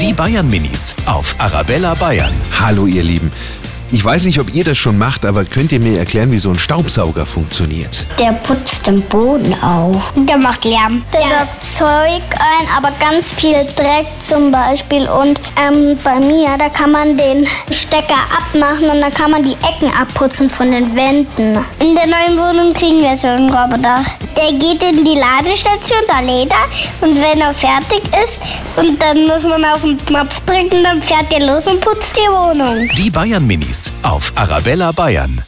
Die Bayern Minis auf Arabella Bayern. Hallo ihr Lieben. Ich weiß nicht, ob ihr das schon macht, aber könnt ihr mir erklären, wie so ein Staubsauger funktioniert? Der putzt den Boden auf. Der macht Lärm. Das saugt Zeug ein, aber ganz viel Dreck zum Beispiel. Und ähm, bei mir, da kann man den Stecker abmachen und dann kann man die Ecken abputzen von den Wänden. In der neuen Wohnung kriegen wir so einen Roboter. Der geht in die Ladestation, da lädt er. Und wenn er fertig ist, und dann muss man auf den Knopf drücken, dann fährt er los und putzt die Wohnung. Die Bayern Minis auf Arabella Bayern.